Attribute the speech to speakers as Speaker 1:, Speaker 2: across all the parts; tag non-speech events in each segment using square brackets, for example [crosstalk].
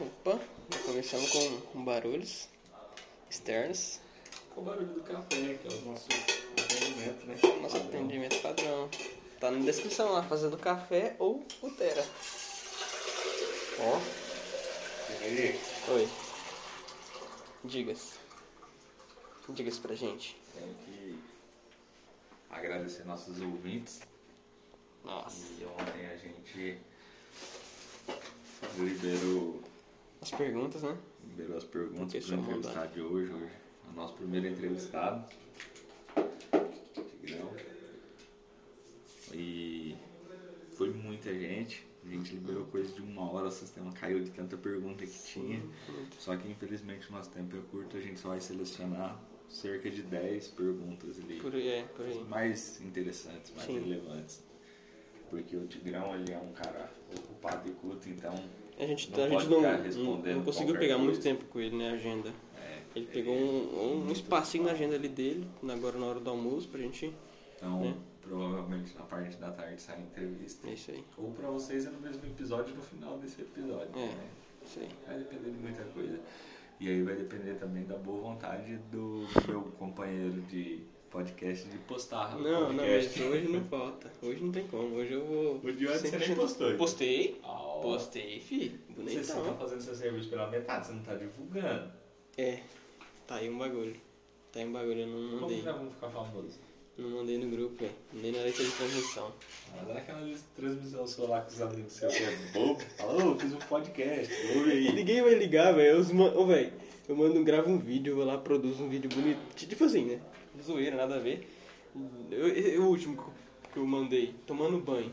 Speaker 1: Opa, já começamos com, né? com barulhos externos.
Speaker 2: O barulho do café, que é o nosso atendimento, né?
Speaker 1: Nosso
Speaker 2: Padrão.
Speaker 1: atendimento padrão. Tá na descrição lá, fazendo café ou putera.
Speaker 2: Ó. Aí,
Speaker 1: Oi. Digas. Digas pra gente.
Speaker 2: tenho que agradecer nossos ouvintes.
Speaker 1: Nossa.
Speaker 2: E ontem a gente liberou,
Speaker 1: As perguntas, né?
Speaker 2: liberou as perguntas
Speaker 1: Deixa
Speaker 2: para
Speaker 1: eu
Speaker 2: o entrevistado de hoje, hoje. O nosso primeiro entrevistado. Tigrão. E foi muita gente. A gente liberou coisa de uma hora, o sistema caiu de tanta pergunta que tinha. Só que infelizmente o nosso tempo é curto, a gente só vai selecionar cerca de 10 perguntas ali.
Speaker 1: Por, é, por aí.
Speaker 2: mais interessantes, mais
Speaker 1: Sim.
Speaker 2: relevantes. Porque o Tigrão ele é um cara ocupado e culto, então
Speaker 1: A gente,
Speaker 2: Não
Speaker 1: a gente
Speaker 2: pode
Speaker 1: não,
Speaker 2: ficar
Speaker 1: não,
Speaker 2: respondendo
Speaker 1: não conseguiu
Speaker 2: qualquer
Speaker 1: pegar muito
Speaker 2: coisa.
Speaker 1: tempo com ele, né? A agenda.
Speaker 2: é,
Speaker 1: Ele pegou um, um espacinho na agenda ali dele, agora na hora do almoço, pra gente.
Speaker 2: Então,
Speaker 1: né?
Speaker 2: provavelmente na parte da tarde sai a entrevista.
Speaker 1: É isso aí.
Speaker 2: Ou pra vocês é no mesmo episódio, no final desse episódio.
Speaker 1: É.
Speaker 2: né?
Speaker 1: Isso aí.
Speaker 2: Vai depender de muita coisa. E aí vai depender também da boa vontade do meu companheiro de podcast de postar. o
Speaker 1: Não, não,
Speaker 2: Ah, podcast.
Speaker 1: mas hoje não falta. Hoje não tem como. Hoje eu vou.
Speaker 2: O de ontem você nem
Speaker 1: 100%.
Speaker 2: postou, então.
Speaker 1: Postei.
Speaker 2: Ah, ó.
Speaker 1: Postei, fi.
Speaker 2: Você só tá
Speaker 1: Bonitão.
Speaker 2: fazendo seu serviço pela metade, você não tá divulgando.
Speaker 1: É. Tá aí um bagulho. Tá aí um bagulho, eu não
Speaker 2: Como que
Speaker 1: mandei.
Speaker 2: nós vamos ficar famosos?
Speaker 1: Não mandei no grupo, velho. Mandei na lista de transmissão.
Speaker 2: Mas Ah, dá aquela transmissão sua lá com os amigos seus que é bobo. Fala, ô, fiz um podcast, ouve aí.
Speaker 1: Ninguém vai ligar, velho. Os man... Ô, velho, eu mando, gravo um vídeo, vou lá, produzo um vídeo bonito. Tipo assim, né? Zoeira, nada a ver. Eu- eu- o último que eu- que eu mandei, tomando banho.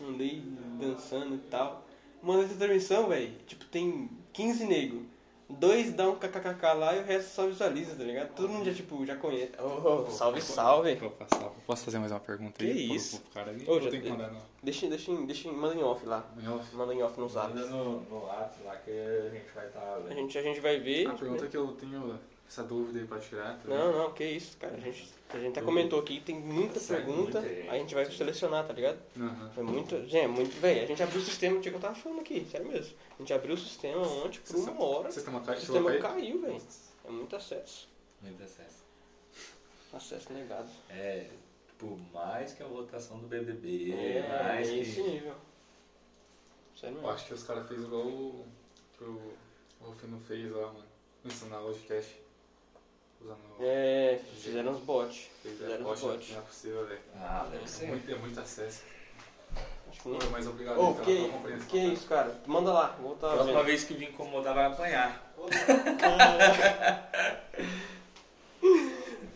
Speaker 1: Mandei dançando e tal. Mandei essa transmissão, velho. Tipo, tem 15 negros. Dois dá um kkkk lá e o resto só visualiza, tá ligado? Todo mundo já, tipo, já conhece. Ô, salve, salve.
Speaker 3: Vou passar. Posso fazer mais uma pergunta
Speaker 1: Que
Speaker 3: aí? pro-
Speaker 1: isso?
Speaker 3: pro cara ali?
Speaker 1: Ô,
Speaker 3: Ou
Speaker 1: já-
Speaker 3: tem que mandar não?
Speaker 1: Deixa, deixa, em- deixa, em- manda em off lá. Manda em off no zap.
Speaker 2: Manda no, no ato lá que a gente vai estar tá
Speaker 1: A gente, a gente vai ver.
Speaker 3: A pergunta que eu tenho essa dúvida aí pra tirar. tá
Speaker 1: Não,
Speaker 3: ligado?
Speaker 1: não, que isso, cara. A gente, a gente até comentou aqui, tem Uhum. muita
Speaker 2: Sai
Speaker 1: pergunta,
Speaker 2: muita gente.
Speaker 1: a gente vai selecionar, tá ligado?
Speaker 3: Aham.
Speaker 1: É muito, gente, é muito, velho, a gente abriu o sistema, tinha que eu tava falando aqui, sério mesmo. A gente abriu o sistema ontem por uma hora, o
Speaker 3: Sistema tático,
Speaker 1: sistema
Speaker 3: vai-
Speaker 1: caiu, velho. É muito acesso,
Speaker 2: Muito acesso.
Speaker 1: acesso negado.
Speaker 2: É, tipo, mais que a votação do BBB,
Speaker 1: É,
Speaker 2: mais
Speaker 1: é esse
Speaker 2: que...
Speaker 1: nível. Sério
Speaker 3: Eu
Speaker 1: mesmo.
Speaker 3: acho que os caras fez igual o que o Rufino fez lá, mano. Isso na Logicast. Usando
Speaker 1: É, fizeram uns bots,
Speaker 3: fez a
Speaker 1: fizeram uns
Speaker 3: bosta,
Speaker 1: bots.
Speaker 3: Não é possível, velho.
Speaker 2: Ah, deve
Speaker 3: É
Speaker 2: ser.
Speaker 3: muito, é muito acesso.
Speaker 1: Acho que um
Speaker 3: Pô,
Speaker 1: não.
Speaker 3: mas obrigado
Speaker 1: Ô,
Speaker 3: pela tua
Speaker 1: que,
Speaker 3: compreensão. tá?
Speaker 1: que isso, cara? Manda lá, vou tá
Speaker 2: Próxima
Speaker 1: vendo.
Speaker 2: vez que vim incomodar vai apanhar.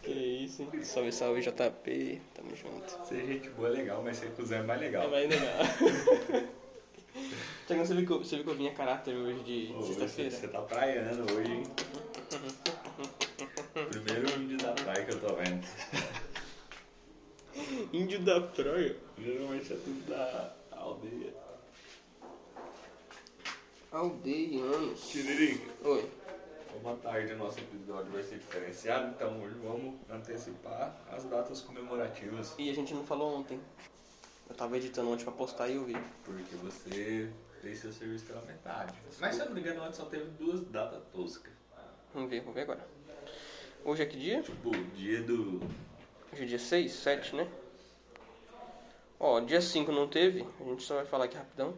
Speaker 1: Que isso, hein? Salve, salve, JP, tamo junto.
Speaker 2: Ser gente boa é legal, mas ser cuzão é mais legal.
Speaker 1: É, mas ainda [laughs] não. você viu que eu- você viu que eu vim a caráter hoje de
Speaker 2: Ô,
Speaker 1: sexta-feira?
Speaker 2: Você tá praiando
Speaker 1: [laughs]
Speaker 2: hoje, hein? Primeiro vídeo da praia que eu tô vendo.
Speaker 1: Índio da praia.
Speaker 2: Geralmente é tudo da aldeia.
Speaker 1: Aldeianos.
Speaker 2: Tiririca,
Speaker 1: Oi.
Speaker 2: como à tarde o nosso episódio vai ser diferenciado, então hoje vamos antecipar as datas comemorativas.
Speaker 1: E a gente não falou ontem. Eu tava editando ontem pra postar e eu vi.
Speaker 2: Porque você fez seu serviço pela metade. Mas se eu não me engano, ontem só teve duas datas toscas.
Speaker 1: Vamos ver, vamos ver agora. Hoje é que dia?
Speaker 2: Tipo, o dia do.
Speaker 1: Hoje é dia 6, 7, né? Ó, dia 5 não teve. A gente só vai falar aqui rapidão.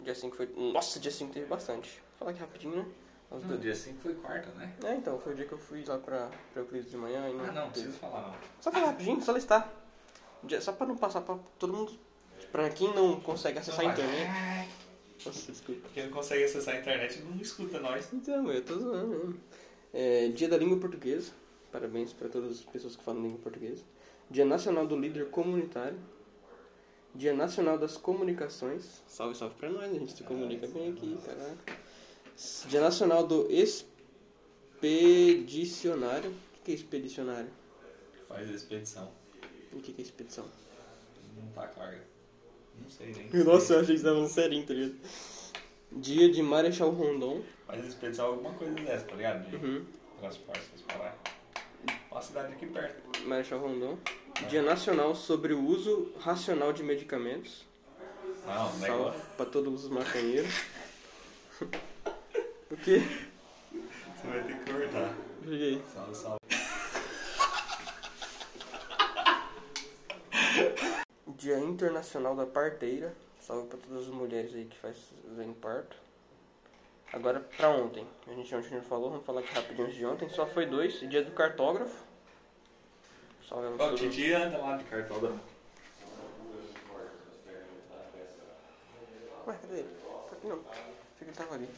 Speaker 1: Dia 5 foi. Nossa, dia 5 teve bastante. Vou falar aqui rapidinho, né? Os
Speaker 2: Não,
Speaker 1: dois.
Speaker 2: dia 5 foi quarta, né?
Speaker 1: É, então, foi o dia que eu fui lá pra, pra Euclides de manhã e não.
Speaker 2: Ah, não,
Speaker 1: teve.
Speaker 2: preciso falar não.
Speaker 1: Só falar rapidinho, só listar. Já- Só pra não passar pra todo mundo. Pra quem não consegue acessar a É internet. Nossa, desculpa.
Speaker 2: Quem É, não consegue acessar a internet não escuta nós.
Speaker 1: Então, eu tô zoando mesmo. É, dia da Língua Portuguesa. Parabéns pra todas as pessoas que falam língua portuguesa. Dia Nacional do Líder Comunitário. Dia Nacional das Comunicações. Salve, salve pra nós, a gente se comunica bem aqui, caraca. Dia Nacional do Expedicionário. O que que é expedicionário?
Speaker 2: Faz a expedição.
Speaker 1: E O que que é expedição?
Speaker 2: Não tá claro. Não sei nem.
Speaker 1: [laughs] Nossa, eu achei que você tava serinho, tá ligado? Dia de Marechal Rondon.
Speaker 2: Faz a expedição alguma coisa dessa, tá ligado? De
Speaker 1: Uhum.
Speaker 2: transporte, essas paradas. Nossa,
Speaker 4: cidade aqui perto.
Speaker 1: Marechal Rondon. Dia Nacional sobre o Uso Racional de Medicamentos.
Speaker 2: Ah, um negócio.
Speaker 1: Salve pra todos os [laughs] maconheiros. o quê?
Speaker 2: Você vai ter que cortar.
Speaker 1: Joguei.
Speaker 2: Salve, salve.
Speaker 1: Dia Internacional da Parteira. Salve pra todas as mulheres aí que fazem parto. Agora pra ontem. A gente ontem não falou, vamos falar aqui rapidinho antes de ontem. Só foi dois. E Dia do Cartógrafo. Salve pra
Speaker 2: Ó, o
Speaker 1: todos.
Speaker 2: Titi anda lá de cartola.
Speaker 1: Ué, cadê ele? Tá aqui não. Achei que ele tava ali.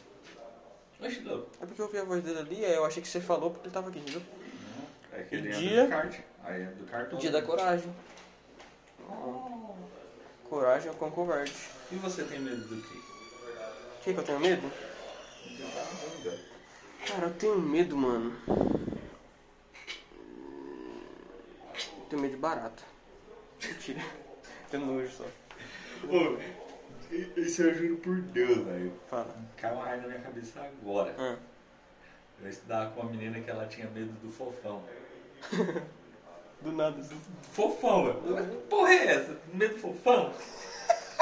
Speaker 2: Oxe, louco.
Speaker 1: É porque eu ouvi a voz dele ali, aí eu achei que você falou porque ele tava aqui, entendeu?
Speaker 2: É aquele
Speaker 1: E
Speaker 2: anda
Speaker 1: dia-
Speaker 2: do kart. Ah. Aí anda do cartola.
Speaker 1: Um Dia da coragem. Coragem é com covarde.
Speaker 2: E você tem medo do quê?
Speaker 1: O que, que eu tenho medo?
Speaker 2: Nada.
Speaker 1: Cara, eu tenho medo, mano. Eu tenho medo de barata. Mentira. [laughs] tenho nojo só.
Speaker 2: Ô, i- isso eu juro por Deus, velho.
Speaker 1: Fala.
Speaker 2: Caiu uma raio na minha cabeça agora.
Speaker 1: Ah.
Speaker 2: Eu estudava com uma menina que ela tinha medo do fofão.
Speaker 1: Do nada. assim.
Speaker 2: Fofão, velho. Mas Que porra é essa? Medo do fofão?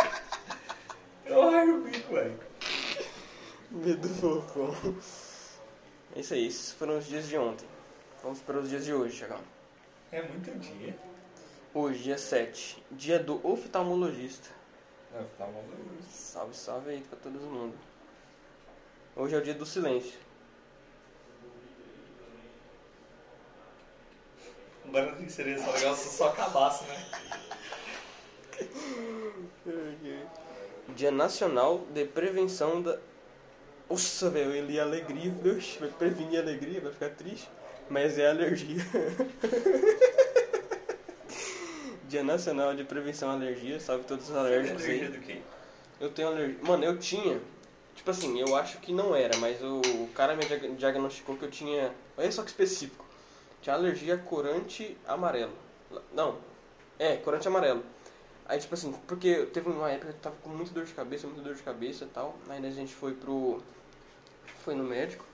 Speaker 2: [laughs] Eu raio o bico, velho.
Speaker 1: Medo fofão. É isso aí, esses foram os dias de ontem. Vamos para os dias de hoje, chegamos.
Speaker 2: É muito dia.
Speaker 1: Hoje, dia 7, dia do oftalmologista.
Speaker 2: Eu
Speaker 1: É, tá
Speaker 2: tava maluco.
Speaker 1: Salve, salve aí pra todo mundo. Hoje é o dia do silêncio.
Speaker 2: Agora não Um seria só legal se só acabasse, né?
Speaker 1: Dia Nacional de Prevenção da. Nossa, velho, ele é alegria. Deus, vai prevenir a alegria, vai ficar triste. Mas é alergia. [laughs] Dia Nacional de Prevenção à Alergia. Salve todos os alérgicos
Speaker 2: Alergia
Speaker 1: aí.
Speaker 2: do quê?
Speaker 1: Eu tenho alergia. Mano, eu tinha. Tipo assim, eu acho que não era, mas o cara me diag- diagnosticou que eu tinha. Olha só que específico. Tinha alergia a corante amarelo. Não. É, corante amarelo. Aí, tipo assim, porque teve uma época que eu tava com muita dor de cabeça, muita dor de cabeça e tal. Aí né, a gente foi pro. Foi no médico.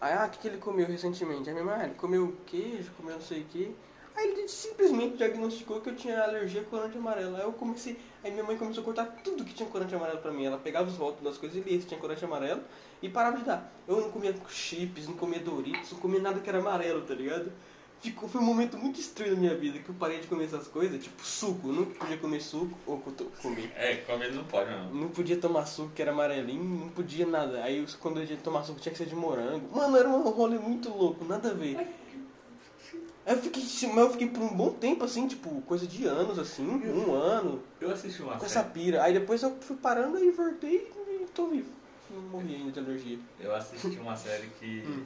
Speaker 1: Aí, ah, o que, que ele comeu recentemente? Aí minha mãe, ah, ele comeu queijo, comeu não sei o que. Aí ele simplesmente diagnosticou que eu tinha alergia a corante amarelo. Aí eu comecei. Aí minha mãe começou a cortar tudo que tinha corante amarelo pra mim. Ela pegava os rótulos das coisas e lia se tinha corante amarelo e parava de dar. Eu não comia chips, não comia Doritos, não comia nada que era amarelo, tá ligado? Ficou, foi um momento muito estranho na minha vida que eu parei de comer essas coisas, tipo suco. Eu não podia comer suco, ou co- comer.
Speaker 2: É, comer não pode, não.
Speaker 1: Não podia tomar suco que era amarelinho, não podia nada. Aí os- quando eu ia tomar suco tinha que ser de morango. Mano, era um rolê muito louco, nada a ver. Aí eu fiquei, mas eu fiquei por um bom tempo assim, tipo, coisa de anos assim, um ano,
Speaker 2: Eu assisti uma
Speaker 1: com
Speaker 2: série.
Speaker 1: essa pira. Aí depois eu fui parando e voltei e tô vivo. Não morri ainda de alergia.
Speaker 2: Eu assisti uma série que
Speaker 1: [laughs] Hum.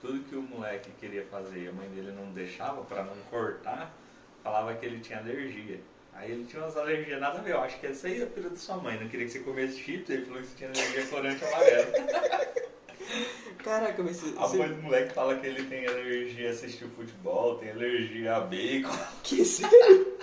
Speaker 2: tudo que o moleque queria fazer e a mãe dele não deixava pra não cortar, falava que ele tinha alergia. Aí ele tinha umas alergias nada a ver. Eu acho que essa aí é a filha da sua mãe. Não queria que você comesse chips, ele falou que você tinha alergia a corante amarelo.
Speaker 1: Caraca, mas você.
Speaker 2: A
Speaker 1: você-
Speaker 2: mãe do moleque fala que ele tem alergia a assistir futebol, tem alergia a bacon.
Speaker 1: Que sério?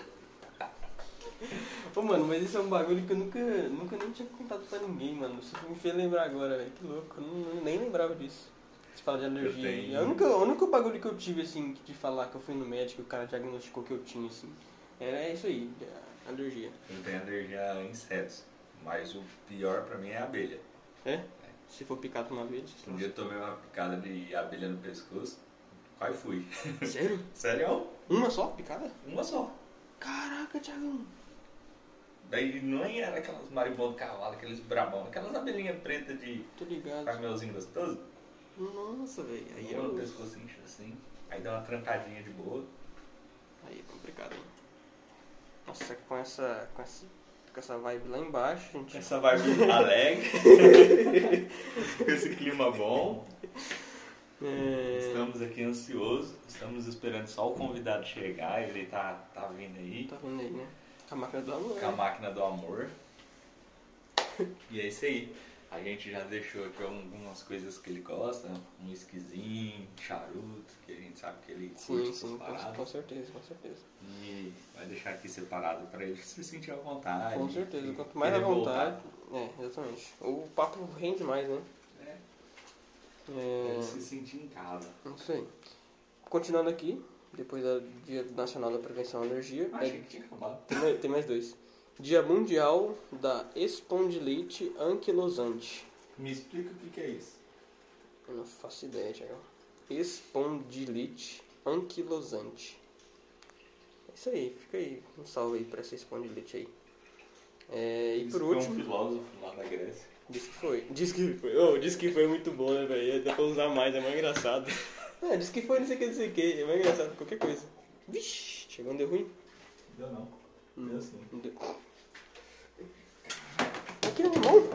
Speaker 1: Ô mano, mas isso é um bagulho que eu nunca, nunca nem tinha contado pra ninguém, mano. Você me fez lembrar agora, velho. Que louco, eu não- nem lembrava disso. Você fala de alergia.
Speaker 2: tenho.
Speaker 1: É o único, o único bagulho que eu tive, assim, de falar que eu fui no médico e o cara diagnosticou que eu tinha, assim. Era isso aí, a- alergia.
Speaker 2: Eu tenho alergia a insetos. Mas o pior pra mim é a abelha.
Speaker 1: É? Se for picado uma vez.
Speaker 2: Um dia eu tomei uma picada de abelha no pescoço, quase fui.
Speaker 1: Sério?
Speaker 2: Sério? é um,
Speaker 1: Uma só picada?
Speaker 2: Uma só.
Speaker 1: Caraca, Thiagão.
Speaker 2: Daí não era aquelas marimbondas cavalo, aqueles brabão, aquelas abelhinhas pretas de
Speaker 1: Tô ligado.
Speaker 2: camelzinho gostoso.
Speaker 1: Nossa, velho. Aí
Speaker 2: Aí
Speaker 1: é
Speaker 2: eu
Speaker 1: o-
Speaker 2: no pescoço incha assim, aí dá uma trancadinha de boa.
Speaker 1: Aí é complicado, hein? Nossa, com essa, com essa, com essa vibe lá embaixo, a gente.
Speaker 2: Essa vibe alegre, [laughs] com esse clima bom.
Speaker 1: É...
Speaker 2: Estamos aqui ansiosos, estamos esperando só o convidado chegar, ele tá, tá vindo aí
Speaker 1: Tá vendo aí, né? A máquina do amor.
Speaker 2: com a máquina do amor. E é isso aí. A gente já deixou aqui algumas coisas que ele gosta, um esquisinho, charuto, que a gente sabe que ele curte
Speaker 1: Sim,
Speaker 2: essas
Speaker 1: sim, com,
Speaker 2: paradas.
Speaker 1: com certeza, com certeza.
Speaker 2: E vai deixar aqui separado pra ele se sentir à vontade.
Speaker 1: com certeza.
Speaker 2: E
Speaker 1: Quanto mais à
Speaker 2: querer voltar.
Speaker 1: vontade. É, exatamente. O papo rende mais, né?
Speaker 2: É, pra ele
Speaker 1: É.
Speaker 2: se sentir em casa.
Speaker 1: Não sei. Continuando aqui, Depois é o Dia Nacional da Prevenção à Alergia. É-
Speaker 2: que tinha acabado.
Speaker 1: tem, mais, tem mais dois. Dia Mundial da Espondilite Anquilosante.
Speaker 2: Me explica o que, que é isso.
Speaker 1: Eu não faço ideia, Thiago. Espondilite anquilosante. É isso aí, fica aí. Um salve aí pra essa espondilite aí. É, e
Speaker 2: Isso
Speaker 1: por
Speaker 2: foi
Speaker 1: último.
Speaker 2: um filósofo lá da Grécia.
Speaker 1: Diz que foi. Diz que foi. Oh, diz que foi muito bom, né, velho? Dá pra usar mais, é mais engraçado. [laughs] É, diz que foi não sei o que, não sei o que. É mais engraçado que qualquer coisa. Vixe, chegou, não deu ruim?
Speaker 2: Deu não.
Speaker 1: Hum.
Speaker 2: Deu sim.
Speaker 1: Não deu. Aqui é limão?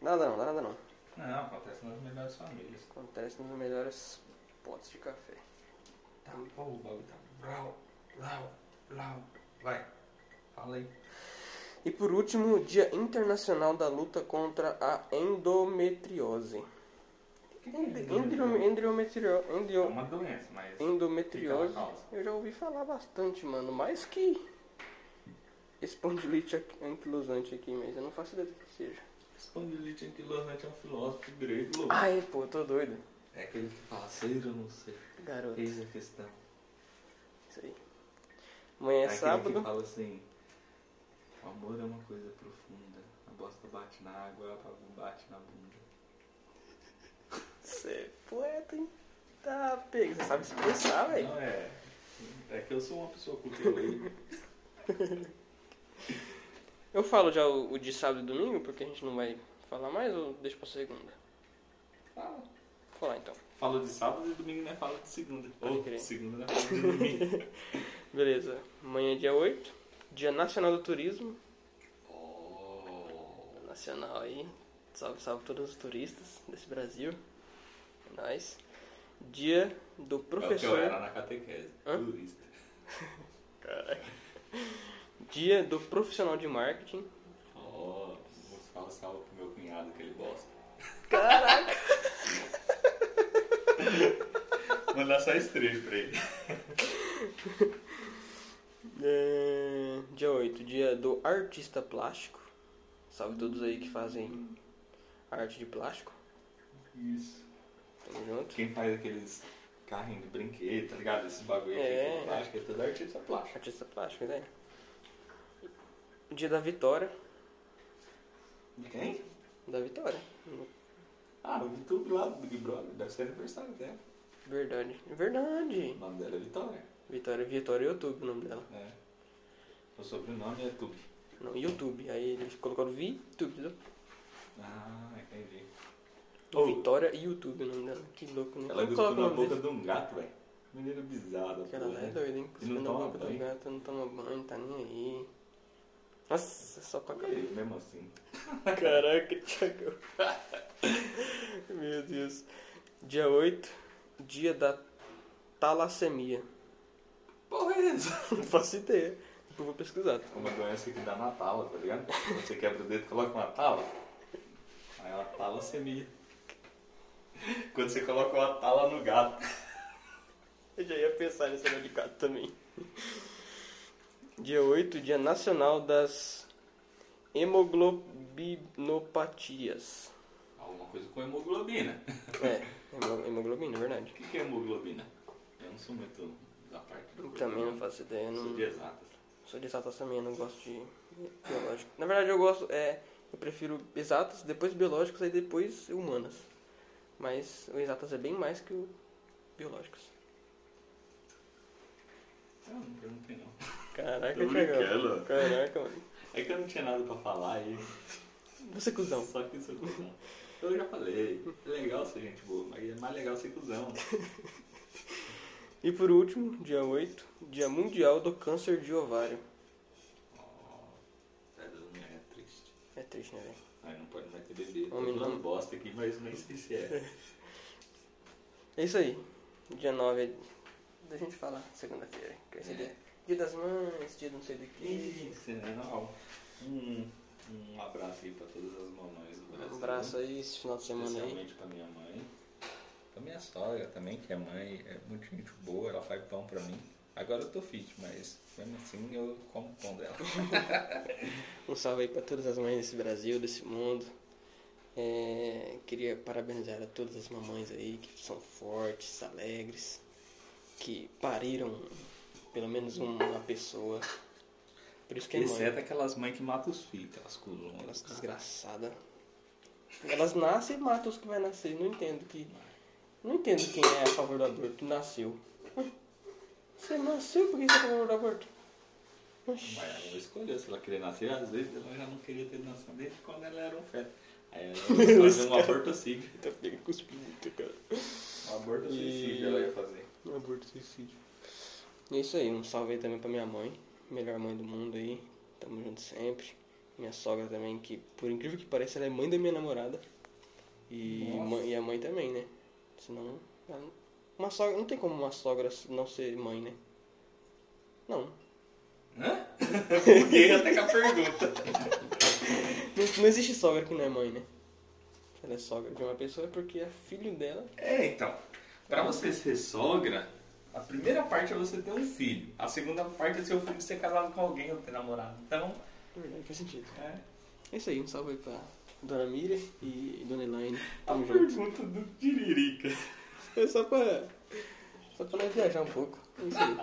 Speaker 1: Nada não, nada não.
Speaker 2: Não, acontece nas melhores famílias.
Speaker 1: Acontece nos melhores potes de café.
Speaker 2: Tá, pô, o bagulho tá. Brau, brau, brau. Vai. Fala aí.
Speaker 1: E por último, Dia Internacional da Luta contra a Endometriose. Endrio- Endometrio...
Speaker 2: É
Speaker 1: endio-
Speaker 2: uma doença, mas.
Speaker 1: Endometriose,
Speaker 2: Fica na causa.
Speaker 1: eu já ouvi falar bastante, mano. Mais que espondilite aqui- anquilosante aqui, mas eu não faço ideia do que seja.
Speaker 2: Espondilite anquilosante é um filósofo grego. louco.
Speaker 1: Ai, pô, eu tô doido.
Speaker 2: É aquele que fala, sei ou não sei.
Speaker 1: Garoto,
Speaker 2: Eis a questão.
Speaker 1: isso aí. Amanhã é
Speaker 2: aquele que
Speaker 1: sábado.
Speaker 2: fala assim: o amor é uma coisa profunda. A bosta bate na água, a pavão bate na bunda.
Speaker 1: Você é poeta, hein? Tá, pega. Você sabe expressar, velho.
Speaker 2: Não é. É que eu sou uma pessoa cultural.
Speaker 1: Eu falo já o, o de sábado e domingo, porque a gente não vai falar mais, ou deixa pra segunda?
Speaker 2: Fala.
Speaker 1: Vou lá então.
Speaker 2: Fala de sábado e domingo não é fala de segunda.
Speaker 1: Pode
Speaker 2: Ou
Speaker 1: crer.
Speaker 2: segunda não é fala
Speaker 1: [laughs]
Speaker 2: de domingo.
Speaker 1: Beleza. Amanhã é dia 8, Dia Nacional do Turismo.
Speaker 2: oh.
Speaker 1: nacional aí. Salve, salve todos os turistas desse Brasil. É nóis. Dia do
Speaker 2: É o que eu
Speaker 1: professor.
Speaker 2: era na catequese.
Speaker 1: Hã?
Speaker 2: Turista.
Speaker 1: Caraca. Dia do profissional de marketing.
Speaker 2: Oh, vou falar salve pro meu cunhado, aquele bosta. [laughs] Caraca! Mandar só esse trecho pra ele.
Speaker 1: É, Dia 8, dia do artista plástico. Salve todos aí que fazem arte de plástico.
Speaker 2: Isso.
Speaker 1: Tamo junto.
Speaker 2: Quem faz aqueles carrinhos de brinquedo, tá ligado? Esses bagulho aqui,
Speaker 1: É.
Speaker 2: que é plástico, é todo artista plástico.
Speaker 1: Artista plástico, né? Dia da vitória.
Speaker 2: De quem?
Speaker 1: Da vitória.
Speaker 2: Ah, o YouTube lá do Big Brother, deve ser aniversário dela.
Speaker 1: Verdade.
Speaker 2: O
Speaker 1: Verdade.
Speaker 2: nome dela é Vitória.
Speaker 1: Vitória, Vitória YouTube, o nome dela.
Speaker 2: É. O sobrenome é Tube.
Speaker 1: Não, YouTube. Aí eles colocaram né? VTube, entendeu?
Speaker 2: Ah, entendi.
Speaker 1: Vitória YouTube, o nome dela. Que louco, né?
Speaker 2: Oh. Ela
Speaker 1: Como
Speaker 2: cuspiu
Speaker 1: coloca o
Speaker 2: na
Speaker 1: nome
Speaker 2: boca
Speaker 1: desse?
Speaker 2: de um gato, velho. Menina bizarra,
Speaker 1: Cara, ela é
Speaker 2: porra.
Speaker 1: doida, hein? Cuspindo na
Speaker 2: toma
Speaker 1: boca do
Speaker 2: banho.
Speaker 1: gato, não toma banho, tá nem aí. Nossa, só pra
Speaker 2: [laughs] É, mesmo assim.
Speaker 1: Caraca, Thiago. Meu Deus. Dia 8, dia da talassemia.
Speaker 2: Porra, é essa?
Speaker 1: [laughs] Não faço ideia. Tipo, Eu vou pesquisar.
Speaker 2: Uma doença que dá na tala, tá ligado? Quando Você quebra o dedo e coloca uma tala. Aí é uma talassemia. Quando você coloca uma tala no gato.
Speaker 1: Eu já ia pensar nesse negócio de gato também. Dia 8, dia nacional das hemoglobinopatias.
Speaker 2: Alguma coisa com hemoglobina.
Speaker 1: É, hemo- hemoglobina, é verdade.
Speaker 2: O que que é hemoglobina? Eu não sou muito da parte do
Speaker 1: Eu
Speaker 2: corpo,
Speaker 1: Também não faço ideia,
Speaker 2: Sou
Speaker 1: não
Speaker 2: de exatas.
Speaker 1: sou de exatas também, não gosto de biológico. Na verdade eu gosto, é, eu prefiro exatas, depois biológicos, aí depois humanas. Mas o exatas é bem mais que o biológicos.
Speaker 2: Eu não perguntei não.
Speaker 1: Caraca,
Speaker 2: Tô
Speaker 1: Thiagão.
Speaker 2: brincando.
Speaker 1: Caraca, mano.
Speaker 2: É que eu não tinha nada pra falar e...
Speaker 1: Você é cuzão.
Speaker 2: Só que isso é cuzão. Eu já falei. É legal ser gente boa, mas é mais legal ser cuzão.
Speaker 1: E por último, dia 8, dia mundial do câncer de ovário.
Speaker 2: Oh, é triste.
Speaker 1: É triste, né, velho?
Speaker 2: Aí não pode mais ter bebê.
Speaker 1: Homem
Speaker 2: Tô
Speaker 1: não.
Speaker 2: falando bosta aqui, mas nem sei se é.
Speaker 1: É isso aí. Dia 9 é- da gente falar segunda-feira. que esse
Speaker 2: É.
Speaker 1: dia- Dia das mães, dia não sei do que.
Speaker 2: Isso, né? Não, Um, um abraço aí pra todas as mamães do Brasil.
Speaker 1: Um abraço aí esse final de semana aí.
Speaker 2: Especialmente pra minha mãe. Pra minha sogra também, que é mãe, é muito gente boa, ela faz pão pra mim. Agora eu tô fit, mas mesmo assim eu como pão dela.
Speaker 1: Um salve aí pra todas as mães desse Brasil, desse mundo. É, queria parabenizar a todas as mamães aí que são fortes, alegres, que pariram pelo menos uma pessoa. Por isso que é mãe.
Speaker 2: Exceto aquelas mães que matam os filhos, aquelas
Speaker 1: Aquelas
Speaker 2: colunas.
Speaker 1: desgraçadas. Elas nascem e matam os que vai nascer. Não entendo que. Não entendo quem é a favor do aborto. Nasceu. Hum. Você nasceu por que você é a favor do aborto? Oxi.
Speaker 2: Mas ela escolheu se ela queria nascer. Às vezes ela já não queria ter nascido desde quando ela era um feto. Aí
Speaker 1: [laughs]
Speaker 2: ela ia fazer um aborto assim.
Speaker 1: Tá pegando cuspido, cara.
Speaker 2: Um aborto
Speaker 1: suicídio ela ia Um aborto suicídio. E é isso aí, um salve aí também pra minha mãe, melhor mãe do mundo aí, tamo junto sempre. Minha sogra também, que por incrível que pareça, ela é mãe da minha namorada. E,
Speaker 3: Nossa.
Speaker 1: mãe- e a mãe também, né? Senão. ela não- Uma sogra. Não tem como uma sogra não ser mãe, né? Não.
Speaker 2: Hã? [laughs] Buguei até com a pergunta.
Speaker 1: Não, não existe sogra que não é mãe, né? Se ela é sogra de uma pessoa é porque é filho dela.
Speaker 2: É, então. Pra você ser sogra, a primeira parte é você ter um filho. A segunda parte é seu filho ser casado com alguém ou ter namorado. Então,
Speaker 1: Na verdade, faz sentido.
Speaker 2: é.
Speaker 1: É isso aí, um salve aí pra Dona Miriam e Dona Elaine.
Speaker 2: A
Speaker 1: Tamo junto.
Speaker 2: pergunta do Tiririca.
Speaker 1: É só pra. Só pra nós viajar um pouco. É isso aí.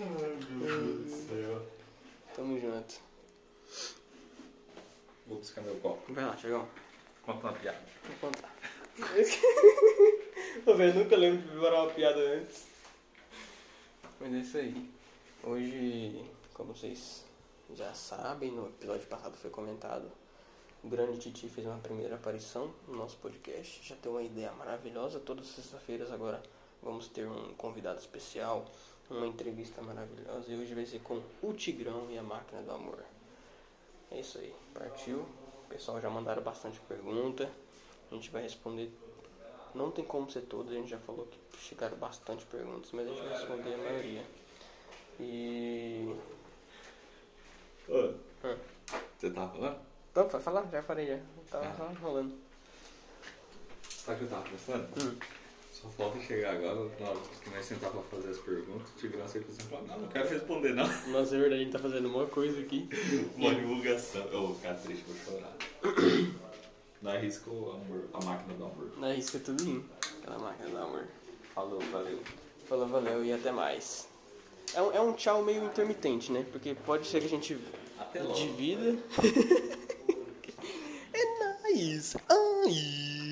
Speaker 2: Ai, meu Deus do céu.
Speaker 1: Tamo junto.
Speaker 2: Vou buscar meu copo.
Speaker 1: Vai lá, Tiagão.
Speaker 2: Conta uma piada.
Speaker 1: Vou [laughs] contar. velho, nunca lembro de preparar uma piada antes. Mas é isso aí. Hoje, como vocês já sabem, no episódio passado foi comentado, o grande Titi fez uma primeira aparição no nosso podcast. Já tem uma ideia maravilhosa. Todas as sextas-feiras agora vamos ter um convidado especial, uma entrevista maravilhosa. E hoje vai ser com o Tigrão e a Máquina do Amor. É isso aí, partiu. O pessoal já mandaram bastante pergunta. A gente vai responder. Não tem como ser todas, a gente já falou que chegaram bastante perguntas, mas a gente vai responder a maioria. E. Ah.
Speaker 2: Você tava falando?
Speaker 1: Então, pode falar? Já falei já. Eu Tava só rolando.
Speaker 2: Sabe o que eu tava pensando? Só falta chegar agora, na hora que nós sentar pra fazer as perguntas, o Tigrão sempre fala, não, não quero responder [laughs] não.
Speaker 1: Mas na verdade a gente tá fazendo uma coisa aqui.
Speaker 2: Uma divulgação. Ô, oh, cara triste, vou chorar. Não arrisca o amor, a máquina do amor.
Speaker 1: Na risca é tudo em. Aquela máquina do amor.
Speaker 2: Falou, valeu.
Speaker 1: Falou, valeu e até mais. É um, é um tchau meio intermitente, né? Porque pode ser que a gente [laughs]
Speaker 2: Até logo.
Speaker 1: divida. é nóis! Ai!